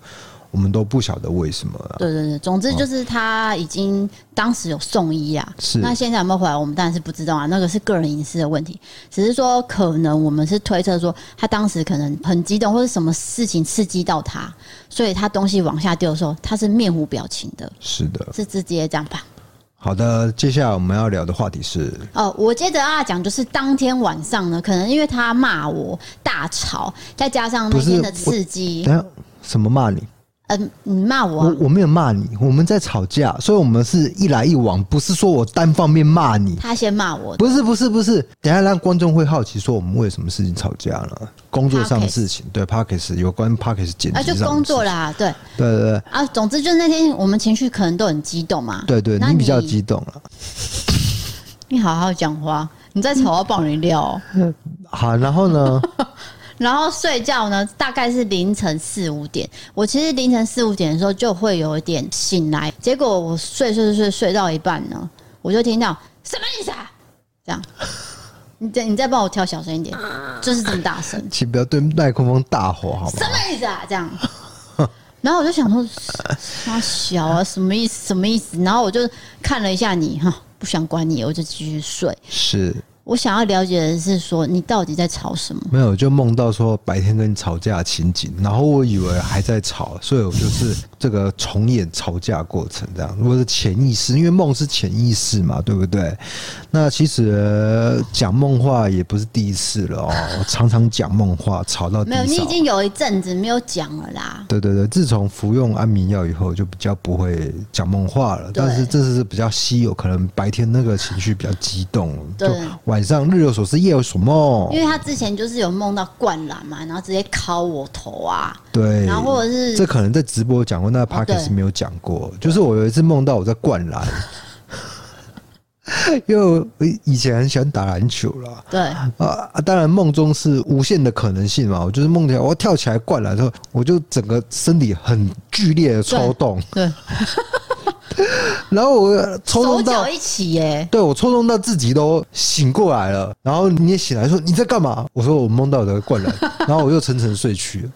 Speaker 1: 我们都不晓得为什么啊。
Speaker 2: 对对对，总之就是他已经当时有送医啊，
Speaker 1: 是
Speaker 2: 那现在有没有回来，我们当然是不知道啊，那个是个人隐私的问题。只是说，可能我们是推测说，他当时可能很激动，或者什么事情刺激到他，所以他东西往下丢的时候，他是面无表情的，
Speaker 1: 是的，
Speaker 2: 是直接这样吧。
Speaker 1: 好的，接下来我们要聊的话题是
Speaker 2: 哦，我接着要讲，就是当天晚上呢，可能因为他骂我大吵，再加上那
Speaker 1: 不是
Speaker 2: 天的
Speaker 1: 我
Speaker 2: 刺激，
Speaker 1: 等一下什么骂你？
Speaker 2: 嗯，你骂我啊、
Speaker 1: 我我没有骂你，我们在吵架，所以我们是一来一往，不是说我单方面骂你。
Speaker 2: 他先骂我，
Speaker 1: 不是不是不是，等一下让观众会好奇说我们为什么事情吵架了？工作上的事情，对 p a r k e s 有关 p a r k e s 剪
Speaker 2: 啊，
Speaker 1: 辑
Speaker 2: 就
Speaker 1: 上的
Speaker 2: 工作
Speaker 1: 事
Speaker 2: 啦，对。
Speaker 1: 情，对对对
Speaker 2: 啊，总之就是那天我们情绪可能都很激动嘛。
Speaker 1: 对对，
Speaker 2: 那
Speaker 1: 你
Speaker 2: 你
Speaker 1: 比较激动了。
Speaker 2: 你好好讲话，你再吵我爆你料哦、
Speaker 1: 好，然后呢？
Speaker 2: 然后睡觉呢，大概是凌晨四五点。我其实凌晨四五点的时候就会有一点醒来，结果我睡睡睡睡睡到一半呢，我就听到什么意思啊？这样，你再你再帮我调小声一点，就是这么大声。
Speaker 1: 请不要对麦克风大吼好吗？
Speaker 2: <laughs> 什么意思啊？这样。然后我就想说，他小啊，什么意思？什么意思？然后我就看了一下你哈，不想管你，我就继续睡。
Speaker 1: 是
Speaker 2: 我想要了解的是说，你到底在吵什么？
Speaker 1: 没有，就梦到说白天跟你吵架的情景，然后我以为还在吵，所以我就是这个重演吵架过程这样。我的潜意识，因为梦是潜意识嘛，对不对？那其实呃讲梦话也不是第一次了哦，我常常讲梦话，吵到地
Speaker 2: 没有，你已
Speaker 1: 上。
Speaker 2: 经有一阵子没有讲了啦。
Speaker 1: 对对对，自从服用安眠药以后，就比较不会讲梦话了。
Speaker 2: 对
Speaker 1: 但是这是比较稀有，可能白天那个情绪比较激动，就
Speaker 2: 对
Speaker 1: 晚上日有所思，夜有所梦
Speaker 2: 因。为他之前就是有梦到灌篮嘛，然后直接敲我头啊，
Speaker 1: 对，
Speaker 2: 然后或者是
Speaker 1: 这可能在直播讲过，那 p o d c a s
Speaker 2: 嗯哦对
Speaker 1: 没有讲过。就是我有一次梦到我在灌篮， <laughs> 因为我以前很喜欢打篮球啦。
Speaker 2: 对，
Speaker 1: 啊啊！当然，梦中是无限的可能性嘛。我就是梦见我要跳起来灌篮的时候，我就整个身体很剧烈的抽动，
Speaker 2: 对，
Speaker 1: 然后我抽
Speaker 2: 手
Speaker 1: 动到
Speaker 2: 脚一起耶、
Speaker 1: 对我抽动到自己都醒过来了，然后你也醒来说你在干嘛？我说我梦到我在灌篮， <laughs> 然后我又沉沉睡去了。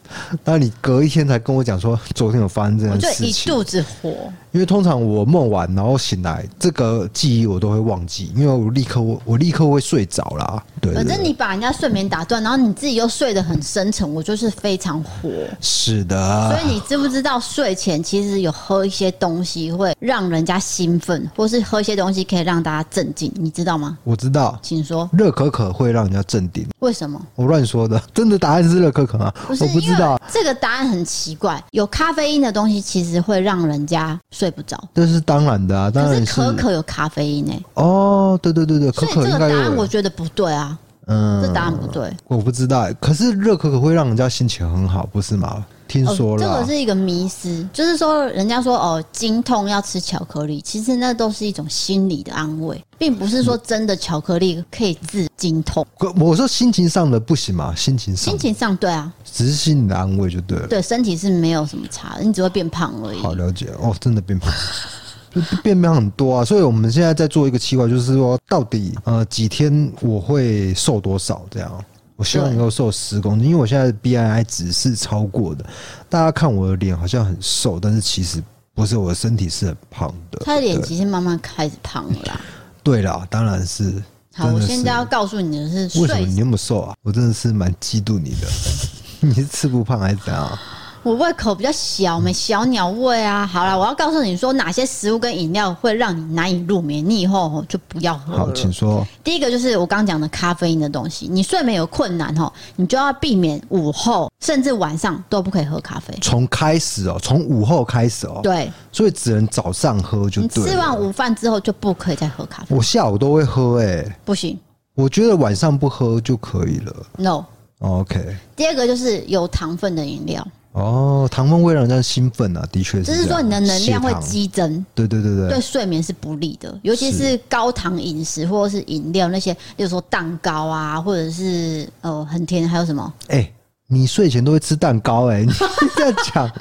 Speaker 1: 然后你隔一天才跟我讲说昨天有发生这
Speaker 2: 我
Speaker 1: 件
Speaker 2: 就
Speaker 1: 事
Speaker 2: 一
Speaker 1: 情，
Speaker 2: 肚子火，
Speaker 1: 因为通常我梦完然后醒来，这个记忆我都会忘记，因为我立刻我我立刻会睡着啦。对对
Speaker 2: 反正
Speaker 1: 对
Speaker 2: 你把人家睡眠打断，然后你自己又睡得很深沉，我就是非常火。
Speaker 1: 是的
Speaker 2: 所，以你知不知道睡前其实有喝一些东西会让人家兴奋，或是喝一些东西可以让大家镇静，你知道吗？
Speaker 1: 我知道
Speaker 2: 请说，
Speaker 1: 热可可会让人家镇定，
Speaker 2: 为什么？
Speaker 1: 我乱说的， <laughs> 真的答案是热可可吗？
Speaker 2: 不是
Speaker 1: 我不知道，，
Speaker 2: 因为这个答案很奇怪。有咖啡因的东西其实会让人家睡不着，
Speaker 1: 这是当然的啊，当
Speaker 2: 可
Speaker 1: 然
Speaker 2: 是
Speaker 1: 是
Speaker 2: 可可有咖啡因诶、欸
Speaker 1: 哦，对对对对，可
Speaker 2: 所
Speaker 1: 可
Speaker 2: 以这
Speaker 1: 应
Speaker 2: 个
Speaker 1: 该
Speaker 2: 答
Speaker 1: 有
Speaker 2: 案我觉得不对啊，
Speaker 1: 嗯
Speaker 2: 这答案不对。
Speaker 1: 我不知道，可是热可可会让人家心情很好，不是吗？听说
Speaker 2: 哦，这
Speaker 1: 了，
Speaker 2: 个是一个迷思，就是说人家说哦，经痛要吃巧克力，其实那都是一种心理的安慰，并不是说真的巧克力可以治经痛。
Speaker 1: 可我说心情上的不行嘛，心情上
Speaker 2: 心情上对啊，
Speaker 1: 只是心理的安慰就对了。
Speaker 2: 对身体是没有什么差的，你只会变胖而已。
Speaker 1: 好了解哦，真的变胖。 <laughs> 就变胖很多啊，所以我们现在在做一个计划，就是说到底呃几天我会瘦多少这样。我希望
Speaker 2: 对
Speaker 1: 能够瘦十公斤，因为我现在的 BMI 值是超过的。大家看我的脸好像很瘦，但是其实不是，我的身体是很胖的。
Speaker 2: 他的脸
Speaker 1: 对
Speaker 2: 其实慢慢开始胖了啦。
Speaker 1: 对啦，当然是
Speaker 2: 好，我
Speaker 1: 真的
Speaker 2: 现
Speaker 1: 是
Speaker 2: 在要告诉你的是
Speaker 1: 为什么
Speaker 2: 睡
Speaker 1: 你那么瘦啊？我真的是蛮嫉妒你的。 <laughs> 你是吃不胖还是怎样啊？
Speaker 2: 我胃口比较
Speaker 1: 嗯
Speaker 2: 小，没小鸟胃啊。好了，我要告诉你说哪些食物跟饮料会让你难以入眠，你以后吼就不要喝
Speaker 1: 好，
Speaker 2: 了
Speaker 1: 请。说。
Speaker 2: 第一个就是我刚刚讲的咖啡因的东西，你睡眠有困难吼，你就要避免午后甚至晚上都不可以喝咖啡。
Speaker 1: 从开始哦，从午后开始哦，，
Speaker 2: 对
Speaker 1: 所以只能早上喝就
Speaker 2: 你
Speaker 1: 对了。
Speaker 2: 吃完午饭之后就不可以再喝咖啡，
Speaker 1: 我下午都会喝、哎，
Speaker 2: 不行
Speaker 1: 我觉得晚上不喝就可以了。哦
Speaker 2: ，no。
Speaker 1: OK，
Speaker 2: 第二个就是有糖分的饮料，
Speaker 1: 哦，糖分会让人家兴奋啊，的确是这
Speaker 2: 就
Speaker 1: 样。
Speaker 2: 是说你的能量会
Speaker 1: 血糖
Speaker 2: 激增，
Speaker 1: 对对对对，
Speaker 2: 对睡眠是不利的，尤其是高糖饮食或者是饮料那些，例如说蛋糕啊，或者是呃很甜，还有什么？
Speaker 1: 哎、你睡前都会吃蛋糕哎、你 <laughs> 这样讲，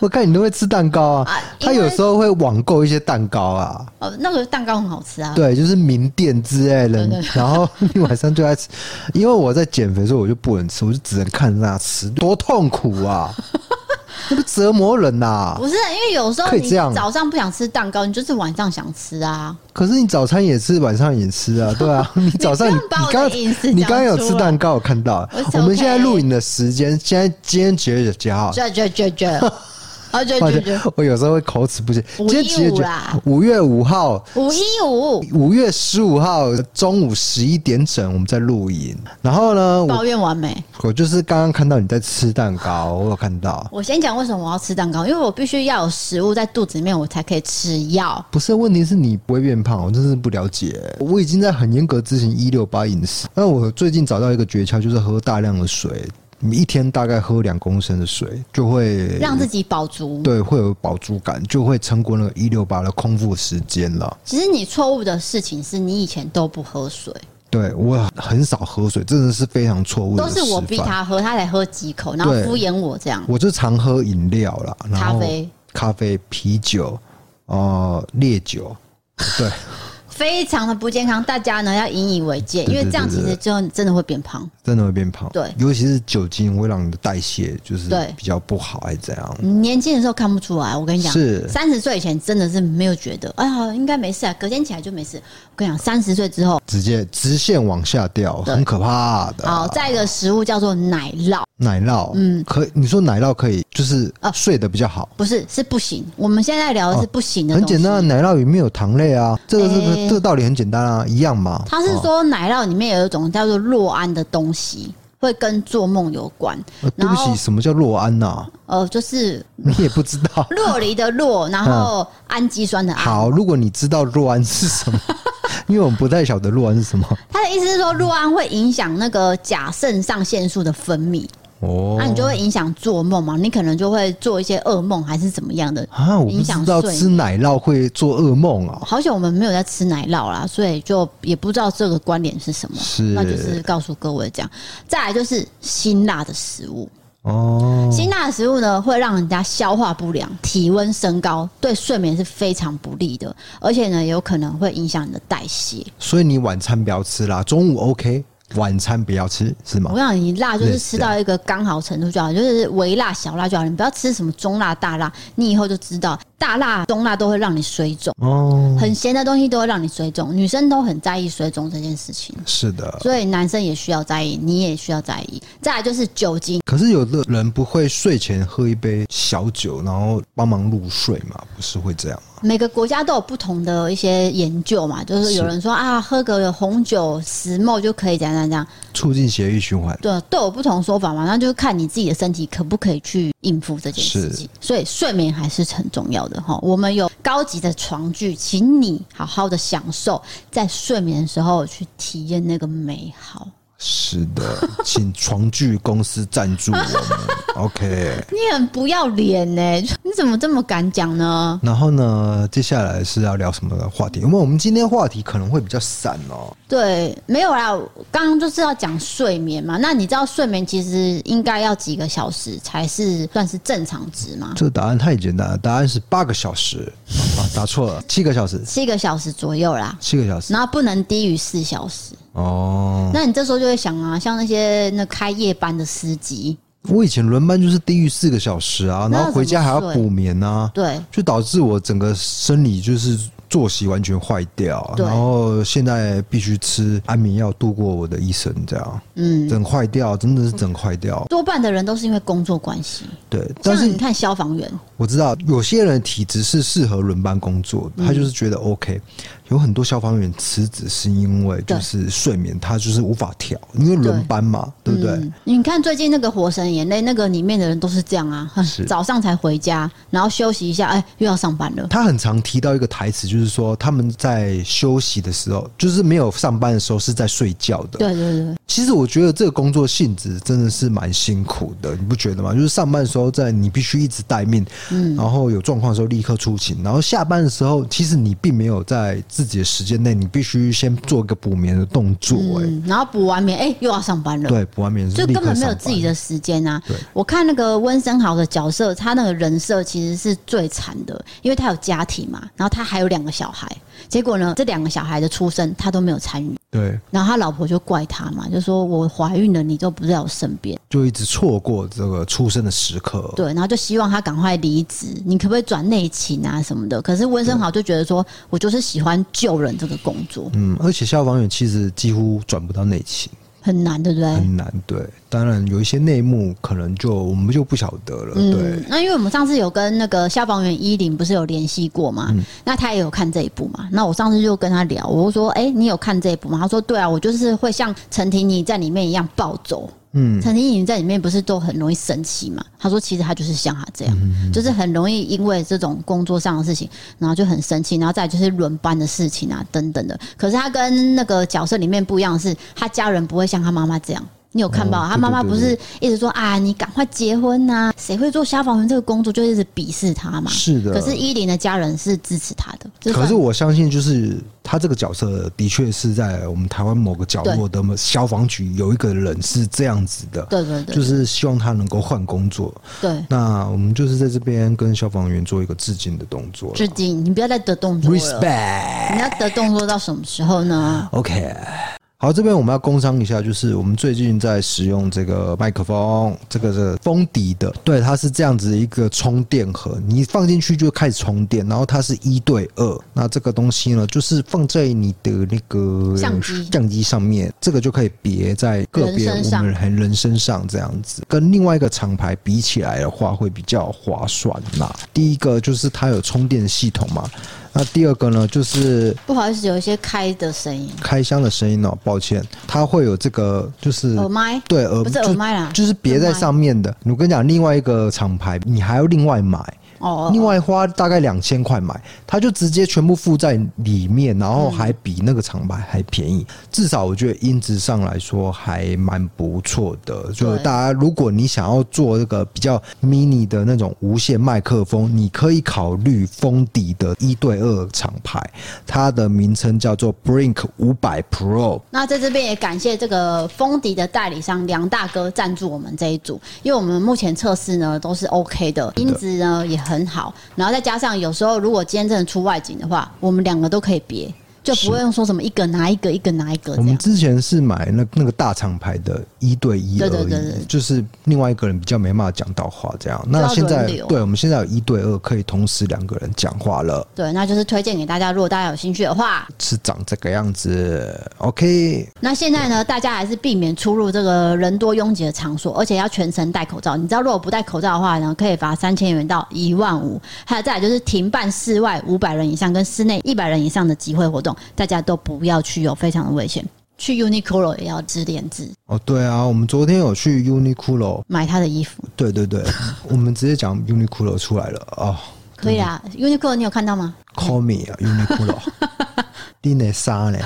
Speaker 1: 我看你都会吃蛋糕啊。
Speaker 2: 啊
Speaker 1: 他
Speaker 2: 因为
Speaker 1: 有时候会网购一些蛋糕啊，
Speaker 2: 呃，那个蛋糕很好吃啊。
Speaker 1: 对，就是名店之类的
Speaker 2: 对，
Speaker 1: 然后你晚上就在吃。因为我在减肥，所以我就不能吃，我就只能看着他吃，多痛苦啊！那不折磨人呐、
Speaker 2: 不是，啊因为有时候
Speaker 1: 可以
Speaker 2: 你
Speaker 1: 这样
Speaker 2: 早上不想吃蛋糕，你就是晚上想吃啊。
Speaker 1: 可是你早餐也吃，晚上也吃啊，对啊。你早上
Speaker 2: 你
Speaker 1: 你
Speaker 2: 不用把我的
Speaker 1: 刚
Speaker 2: 饮食
Speaker 1: 你
Speaker 2: 讲
Speaker 1: 刚刚有
Speaker 2: 出
Speaker 1: 吃
Speaker 2: 来
Speaker 1: 蛋糕，我看到了
Speaker 2: 我是。
Speaker 1: 我们现在
Speaker 2: OK
Speaker 1: 录影的时间，现在今天几月几号？
Speaker 2: 这这这
Speaker 1: <laughs>
Speaker 2: 这，啊这
Speaker 1: 抱
Speaker 2: 这
Speaker 1: 歉
Speaker 2: 这，
Speaker 1: 我有时候会口齿不清。
Speaker 2: 515
Speaker 1: 今天几月几
Speaker 2: 啦？
Speaker 1: 五月五号，
Speaker 2: 五一五，
Speaker 1: 五月十五号中午十一点整，我们在录影。然后呢，我
Speaker 2: 抱怨完美。
Speaker 1: 我就是刚刚看到你在吃蛋糕，我有看到。
Speaker 2: 我先讲为什么我要吃蛋糕，因为我必须要有食物在肚子里面，我才可以吃药。
Speaker 1: 不是，问题是你不会变胖，我真是不了解。我已经在很严格执行一六八饮食，但我最近找到一个诀窍，就是喝大量的水，你一天大概喝两公升的水，就会
Speaker 2: 让自己饱足。
Speaker 1: 对会有饱足感，就会撑过那个一六八的空腹时间了。
Speaker 2: 其实你错误的事情是你以前都不喝水，
Speaker 1: 对我很少喝水，真的是非常错误的
Speaker 2: 都
Speaker 1: 示
Speaker 2: 是
Speaker 1: 范。
Speaker 2: 我逼他喝，他才喝几口，然后
Speaker 1: 对
Speaker 2: 敷衍我这样。
Speaker 1: 我就常喝饮料啦，然后
Speaker 2: 咖啡、
Speaker 1: 咖啡、啤酒、呃烈酒，对
Speaker 2: 非常的不健康，大家呢要引以为戒，因
Speaker 1: 对
Speaker 2: 为这样
Speaker 1: 对
Speaker 2: 其
Speaker 1: 对
Speaker 2: 实就真的会变胖。
Speaker 1: 真的会变胖。
Speaker 2: 对
Speaker 1: 尤其是酒精会让你的代谢就是
Speaker 2: 对
Speaker 1: 比较不好，还是怎样？
Speaker 2: 你年轻的时候看不出来，我跟你讲，
Speaker 1: 是
Speaker 2: 三十岁以前真的是没有觉得，哎呀，应该没事啊，隔天起来就没事。我跟你讲，三十岁之后，
Speaker 1: 直接直线往下掉，很可怕的。
Speaker 2: 好，再一个食物叫做奶酪，
Speaker 1: 奶酪，嗯，可你说奶酪可以，就是
Speaker 2: 啊
Speaker 1: 睡得比较好。
Speaker 2: 不是是不行。我们现在聊的是不行的、
Speaker 1: 很简单啊，，奶酪里面有糖类啊，这个这个、
Speaker 2: 诶
Speaker 1: 这个道理很简单啊，一样嘛。
Speaker 2: 他是
Speaker 1: 哦
Speaker 2: 说奶酪里面有一种叫做酪胺的东西，会跟做梦有关。
Speaker 1: 呃对
Speaker 2: 然
Speaker 1: 不
Speaker 2: 后
Speaker 1: 起，什么叫洛安呐、啊？
Speaker 2: 呃，就是
Speaker 1: 你也不知道。
Speaker 2: <laughs> 洛梨的洛，然后氨基酸的氨。
Speaker 1: 嗯好，如果你知道洛安是什
Speaker 2: <laughs>
Speaker 1: 么，因为我们不太晓得洛安是什么。
Speaker 2: 他的意思是说，酪胺会影响那个甲肾上腺素的分泌，
Speaker 1: 哦
Speaker 2: 那、你就会影响做梦嘛，你可能就会做一些噩梦还是怎么样的。
Speaker 1: 啊，我不
Speaker 2: 影响
Speaker 1: 知道
Speaker 2: 睡
Speaker 1: 吃奶酪会做噩梦啊。
Speaker 2: 好久我们没有在吃奶酪啦，所以就也不知道这个关联是什么。
Speaker 1: 是
Speaker 2: 那就是告诉各位这样。再来就是辛辣的食物，
Speaker 1: 哦，
Speaker 2: 辛辣的食物呢，会让人家消化不良、体温升高，对睡眠是非常不利的，而且呢，有可能会影响你的代谢。
Speaker 1: 所以你晚餐不要吃啦，中午 OK，晚餐不要吃是吗
Speaker 2: 我？想你辣就是吃
Speaker 1: 类似啊
Speaker 2: 到一个刚好程度就好，就是微辣、小辣就好，你不要吃什么中辣、大辣，你以后就知道大辣、中辣都会让你水肿，
Speaker 1: 哦，
Speaker 2: 很咸的东西都会让你水肿，女生都很在意水肿这件事情。
Speaker 1: 是的。
Speaker 2: 所以男生也需要在意，你也需要在意。再来就是酒精，
Speaker 1: 可是有的人不会睡前喝一杯小酒，然后帮忙入睡嘛，不是会这样吗？
Speaker 2: 每个国家都有不同的一些研究嘛，就是有
Speaker 1: 是
Speaker 2: 人说啊，喝个红酒十梦就可以怎样怎样怎样，
Speaker 1: 促进血液循环。
Speaker 2: 对，都有不同说法嘛。那就是看你自己的身体可不可以去应付这件事情。所以睡眠还是很重要的哈。我们有高级的床具，请你好好的享受在睡眠的时候去体验那个美好。
Speaker 1: 是的，请床具公司赞助我们。OK。
Speaker 2: 你很不要脸呢、你怎么这么敢讲呢？
Speaker 1: 然后呢，接下来是要聊什么的话题？因为我们今天话题可能会比较散哦。
Speaker 2: 对，没有啦，我刚刚就是要讲睡眠嘛。那你知道睡眠其实应该要几个小时才是算是正常值吗？
Speaker 1: 这个答案太简单了，答案是八个小时啊，答错了，七个小时，
Speaker 2: 七个小时左右啦，
Speaker 1: 七个小时
Speaker 2: 然后不能低于四小时。
Speaker 1: 哦。
Speaker 2: 那你这时候就会想啊，像那些那开夜班的司机，
Speaker 1: 我以前轮班就是低于四个小时啊，
Speaker 2: 那
Speaker 1: 然后回家还要
Speaker 2: 怎么睡
Speaker 1: 补眠啊，
Speaker 2: 对
Speaker 1: 就导致我整个生理就是作息完全坏掉，啊
Speaker 2: 对
Speaker 1: 然后现在必须吃安眠药度过我的一生，这样
Speaker 2: 嗯，
Speaker 1: 整坏掉，真的是整坏掉。
Speaker 2: 多半的人都是因为工作关系，
Speaker 1: 对，但
Speaker 2: 像
Speaker 1: 是
Speaker 2: 嗯你看消防员，
Speaker 1: 我知道有些人的体质是适合轮班工作，
Speaker 2: 嗯
Speaker 1: 他就是觉得 OK。有很多消防员辞职是因为
Speaker 2: 对
Speaker 1: 就是睡眠，他就是无法调，因为轮班嘛，对不对？
Speaker 2: 嗯，你看最近那个《火神眼泪》，那个里面的人都是这样啊，早上才回家，然后休息一下，哎，又要上班了。
Speaker 1: 他很常提到一个台词，就是说他们在休息的时候，就是没有上班的时候是在睡觉的。
Speaker 2: 对对对，
Speaker 1: 其实我觉得这个工作性质真的是蛮辛苦的，你不觉得吗？就是上班的时候在你必须一直待命，
Speaker 2: 嗯
Speaker 1: 然后有状况的时候立刻出勤，然后下班的时候其实你并没有在自己的时间内，你必须先做一个补眠的动作、哎、
Speaker 2: 嗯，然后补完眠，哎，又要上班了。
Speaker 1: 对，补完眠是
Speaker 2: 就
Speaker 1: 立
Speaker 2: 根
Speaker 1: 刻
Speaker 2: 本没有
Speaker 1: 上班
Speaker 2: 自己的时间啊
Speaker 1: 对！
Speaker 2: 我看那个温升豪的角色，他那个人设其实是最惨的，因为他有家庭嘛，然后他还有两个小孩，结果呢，这两个小孩的出生他都没有参与，
Speaker 1: 对，
Speaker 2: 然后他老婆就怪他嘛，就说我怀孕了，你都不在我身边，
Speaker 1: 就一直错过这个出生的时刻。
Speaker 2: 对，然后就希望他赶快离职，你可不可以转内勤啊什么的？可是温升豪就觉得说，我就是喜欢救人这个工作，
Speaker 1: 嗯，而且消防员其实几乎转不到内勤，
Speaker 2: 很难，对不对？
Speaker 1: 很难。对，当然有一些内幕可能就我们就不晓得了。对
Speaker 2: 嗯，，那因为我们上次有跟那个消防员伊林不是有联系过嘛，
Speaker 1: 嗯
Speaker 2: 那他也有看这一部嘛。那我上次就跟他聊，我就说：“哎、你有看这一部吗？”他说：“对啊，我就是会像陈婷妮在里面一样暴走。”嗯，陈婷妮在里面不是都很容易生气嘛？他说：“其实他就是像他这样，
Speaker 1: 嗯
Speaker 2: 就是很容易因为这种工作上的事情，然后就很生气，然后再来就是轮班的事情啊等等的。可是他跟那个角色里面不一样的是，他家人不会像他妈妈这样。”你有看
Speaker 1: 哦
Speaker 2: 到、
Speaker 1: 对
Speaker 2: 他妈妈
Speaker 1: 对
Speaker 2: 不
Speaker 1: 对
Speaker 2: 是一直说啊，你赶快结婚呐、谁会做消防员这个工作，就一直鄙视他嘛。
Speaker 1: 是的。
Speaker 2: 可是依林的家人是支持他的，就
Speaker 1: 可
Speaker 2: 算
Speaker 1: 是我相信，就是他这个角色的确是在我们台湾某个角落的消防局有一个人是这样子的，
Speaker 2: 对对对，
Speaker 1: 就是希望他能够换工作。
Speaker 2: 对，
Speaker 1: 那我们就是在这边跟消防员做一个致敬的动作
Speaker 2: 致敬，你不要再得动作了。
Speaker 1: ，respect。啊
Speaker 2: 你要得动作到什么时候呢？
Speaker 1: OK，好，这边我们要工商一下，就是我们最近在使用这个麦克风，这个是封底的，对，它是这样子一个充电盒，你放进去就开始充电，然后它是一对二，那这个东西呢，就是放在你的那个
Speaker 2: 相机
Speaker 1: 相机上面，这个就可以别在个别
Speaker 2: 人身
Speaker 1: 我
Speaker 2: 上
Speaker 1: 们很人身上这样子，跟另外一个厂牌比起来的话，会比较划算啦、第一个就是它有充电系统嘛，那第二个呢就是
Speaker 2: 不好意思，有一些开的声音，
Speaker 1: 开箱的声音哦，抱歉，它会有这个就是
Speaker 2: 耳麦
Speaker 1: 对耳
Speaker 2: 不是耳麦啦
Speaker 1: 就就是别在上面的。我跟你讲，另外一个厂牌你还要另外买，
Speaker 2: 哦，
Speaker 1: 另外花大概两千块买，它就直接全部附在里面，然后还比那个厂牌还便宜，至少我觉得音质上来说还蛮不错的。就
Speaker 2: 对
Speaker 1: 大家，如果你想要做这个比较 mini 的那种无线麦克风，你可以考虑封底的一对二厂牌，它的名称叫做 Brink 五百 Pro。
Speaker 2: 那在这边也感谢这个风笛的代理商梁大哥赞助我们这一组，因为我们目前测试呢都是 OK 的，音质呢也很好，然后再加上有时候如果今天真的出外景的话，我们两个都可以别，就不会用说什么一个拿一个，一个拿一个
Speaker 1: 我
Speaker 2: 这
Speaker 1: 们
Speaker 2: 样。
Speaker 1: 之前是买那那个大厂牌的一对一而
Speaker 2: 对
Speaker 1: 已，
Speaker 2: 对对对
Speaker 1: 就是另外一个人比较没办法讲到话这样。那
Speaker 2: 要
Speaker 1: 现在
Speaker 2: 轮流
Speaker 1: 对我们现在有一对二，可以同时两个人讲话了，
Speaker 2: 对，那就是推荐给大家，如果大家有兴趣的话，
Speaker 1: 是长这个样子。OK，
Speaker 2: 那现在呢，大家还是避免出入这个人多拥挤的场所，而且要全程戴口罩。你知道，如果不戴口罩的话呢，可以罚三千元到一万五。还有再来就是停办室外五百人以上跟室内一百人以上的集会活动，大家都不要去哦，非常的危险。去 Uniqlo 也要自联自
Speaker 1: 哦对啊，我们昨天有去 Uniqlo，
Speaker 2: 买他的衣服，
Speaker 1: 对对
Speaker 2: <laughs>
Speaker 1: 对，我们直接讲 Uniqlo 出来了哦。
Speaker 2: 可以啊啦。Uniqlo 你有看到吗？
Speaker 1: Call me 啊，Uniqlo，你那啥嘞？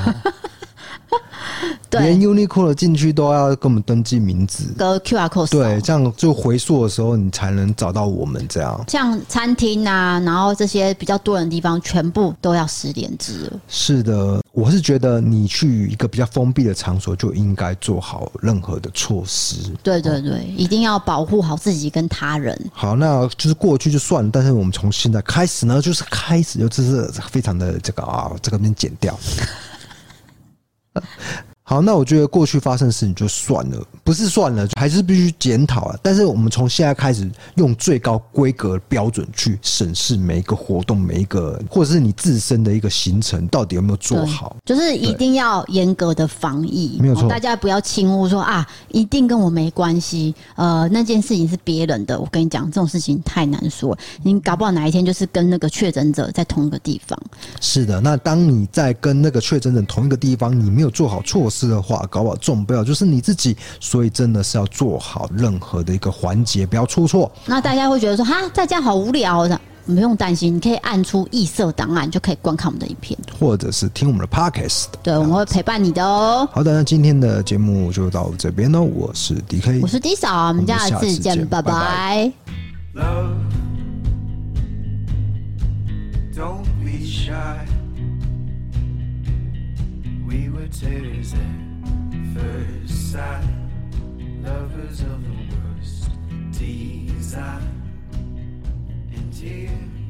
Speaker 1: 连
Speaker 2: 对，
Speaker 1: Uniqlo 进去都要跟我们登记名字，
Speaker 2: 个 QR code 扫
Speaker 1: 对，这样就回溯的时候你才能找到我们这样。
Speaker 2: 像餐厅啊，然后这些比较多人的地方，全部都要十连制了。
Speaker 1: 是的，我是觉得你去一个比较封闭的场所，就应该做好任何的措施。
Speaker 2: 对对对，一定要保护好自己跟他人。
Speaker 1: 好，那就是过去就算了，但是我们从现在开始呢，就是开始，尤其是非常的这个啊，这个边剪掉。 <laughs> 好，那我觉得过去发生的事情就算了，不是算了，还是必须检讨啊。但是我们从现在开始，用最高规格标准去审视每一个活动，每一个或者是你自身的一个行程到底有没有做
Speaker 2: 对
Speaker 1: 好。
Speaker 2: 就是一定要严格的防疫，
Speaker 1: 没有错
Speaker 2: 哦大家不要轻忽说啊，一定跟我没关系。呃，那件事情是别人的，我跟你讲，这种事情太难说。你搞不好哪一天就是跟那个确诊者在同一个地方，
Speaker 1: 是的，那当你在跟那个确诊者同一个地方，你没有做好措施的话，搞不好中不了就是你自己。所以真的是要做好任何的一个环节，不要出错。
Speaker 2: 那大家会觉得说哈，在家好无聊哦。不用担心，你可以按出异色档案，就可以观看我们的影片。
Speaker 1: 或者是听我们的 podcast。
Speaker 2: 对，我们会陪伴你的哦。
Speaker 1: 好的，那今天的节目就到这边喽。我是 DK，
Speaker 2: 我是 D 嫂，我们下
Speaker 1: 我们下
Speaker 2: 次
Speaker 1: 次见
Speaker 2: 见，拜
Speaker 1: 拜
Speaker 2: 拜
Speaker 3: Love, don't be shy. We were tears at first sight, lovers of the worst design. And tears